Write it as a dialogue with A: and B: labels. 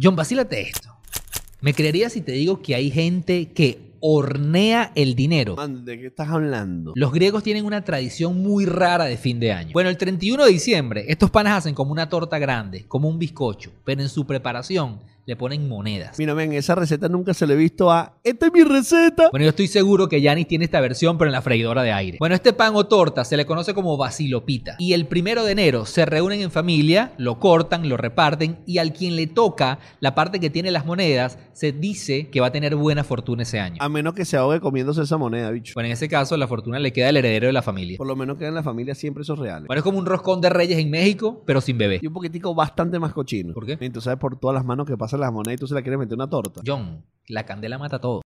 A: John, vacílate esto. ¿Me creerías si te digo que hay gente que hornea el dinero?
B: Man, ¿de qué estás hablando?
A: Los griegos tienen una tradición muy rara de fin de año. Bueno, el 31 de diciembre, estos panas hacen como una torta grande, como un bizcocho, pero en su preparación le ponen monedas.
B: Mira, men, esa receta nunca se la he visto a. ¡Esta es mi receta!
A: Bueno, yo estoy seguro que Yanis tiene esta versión, pero en la freidora de aire. Bueno, este pan o torta se le conoce como basilopita. Y el primero de enero se reúnen en familia, lo cortan, lo reparten y al quien le toca la parte que tiene las monedas se dice que va a tener buena fortuna ese año.
B: A menos que se ahogue comiéndose esa moneda, bicho.
A: Bueno, en ese caso la fortuna le queda al heredero de la familia.
B: Por lo menos quedan en la familia siempre esos reales.
A: Bueno, es como un roscón de reyes en México, pero sin bebé.
B: Y un poquitico bastante más cochino.
A: ¿Por qué?
B: Men, tú sabes por todas las manos que pasan las monedas y tú se la quieres meter una torta.
A: John, la candela mata todo.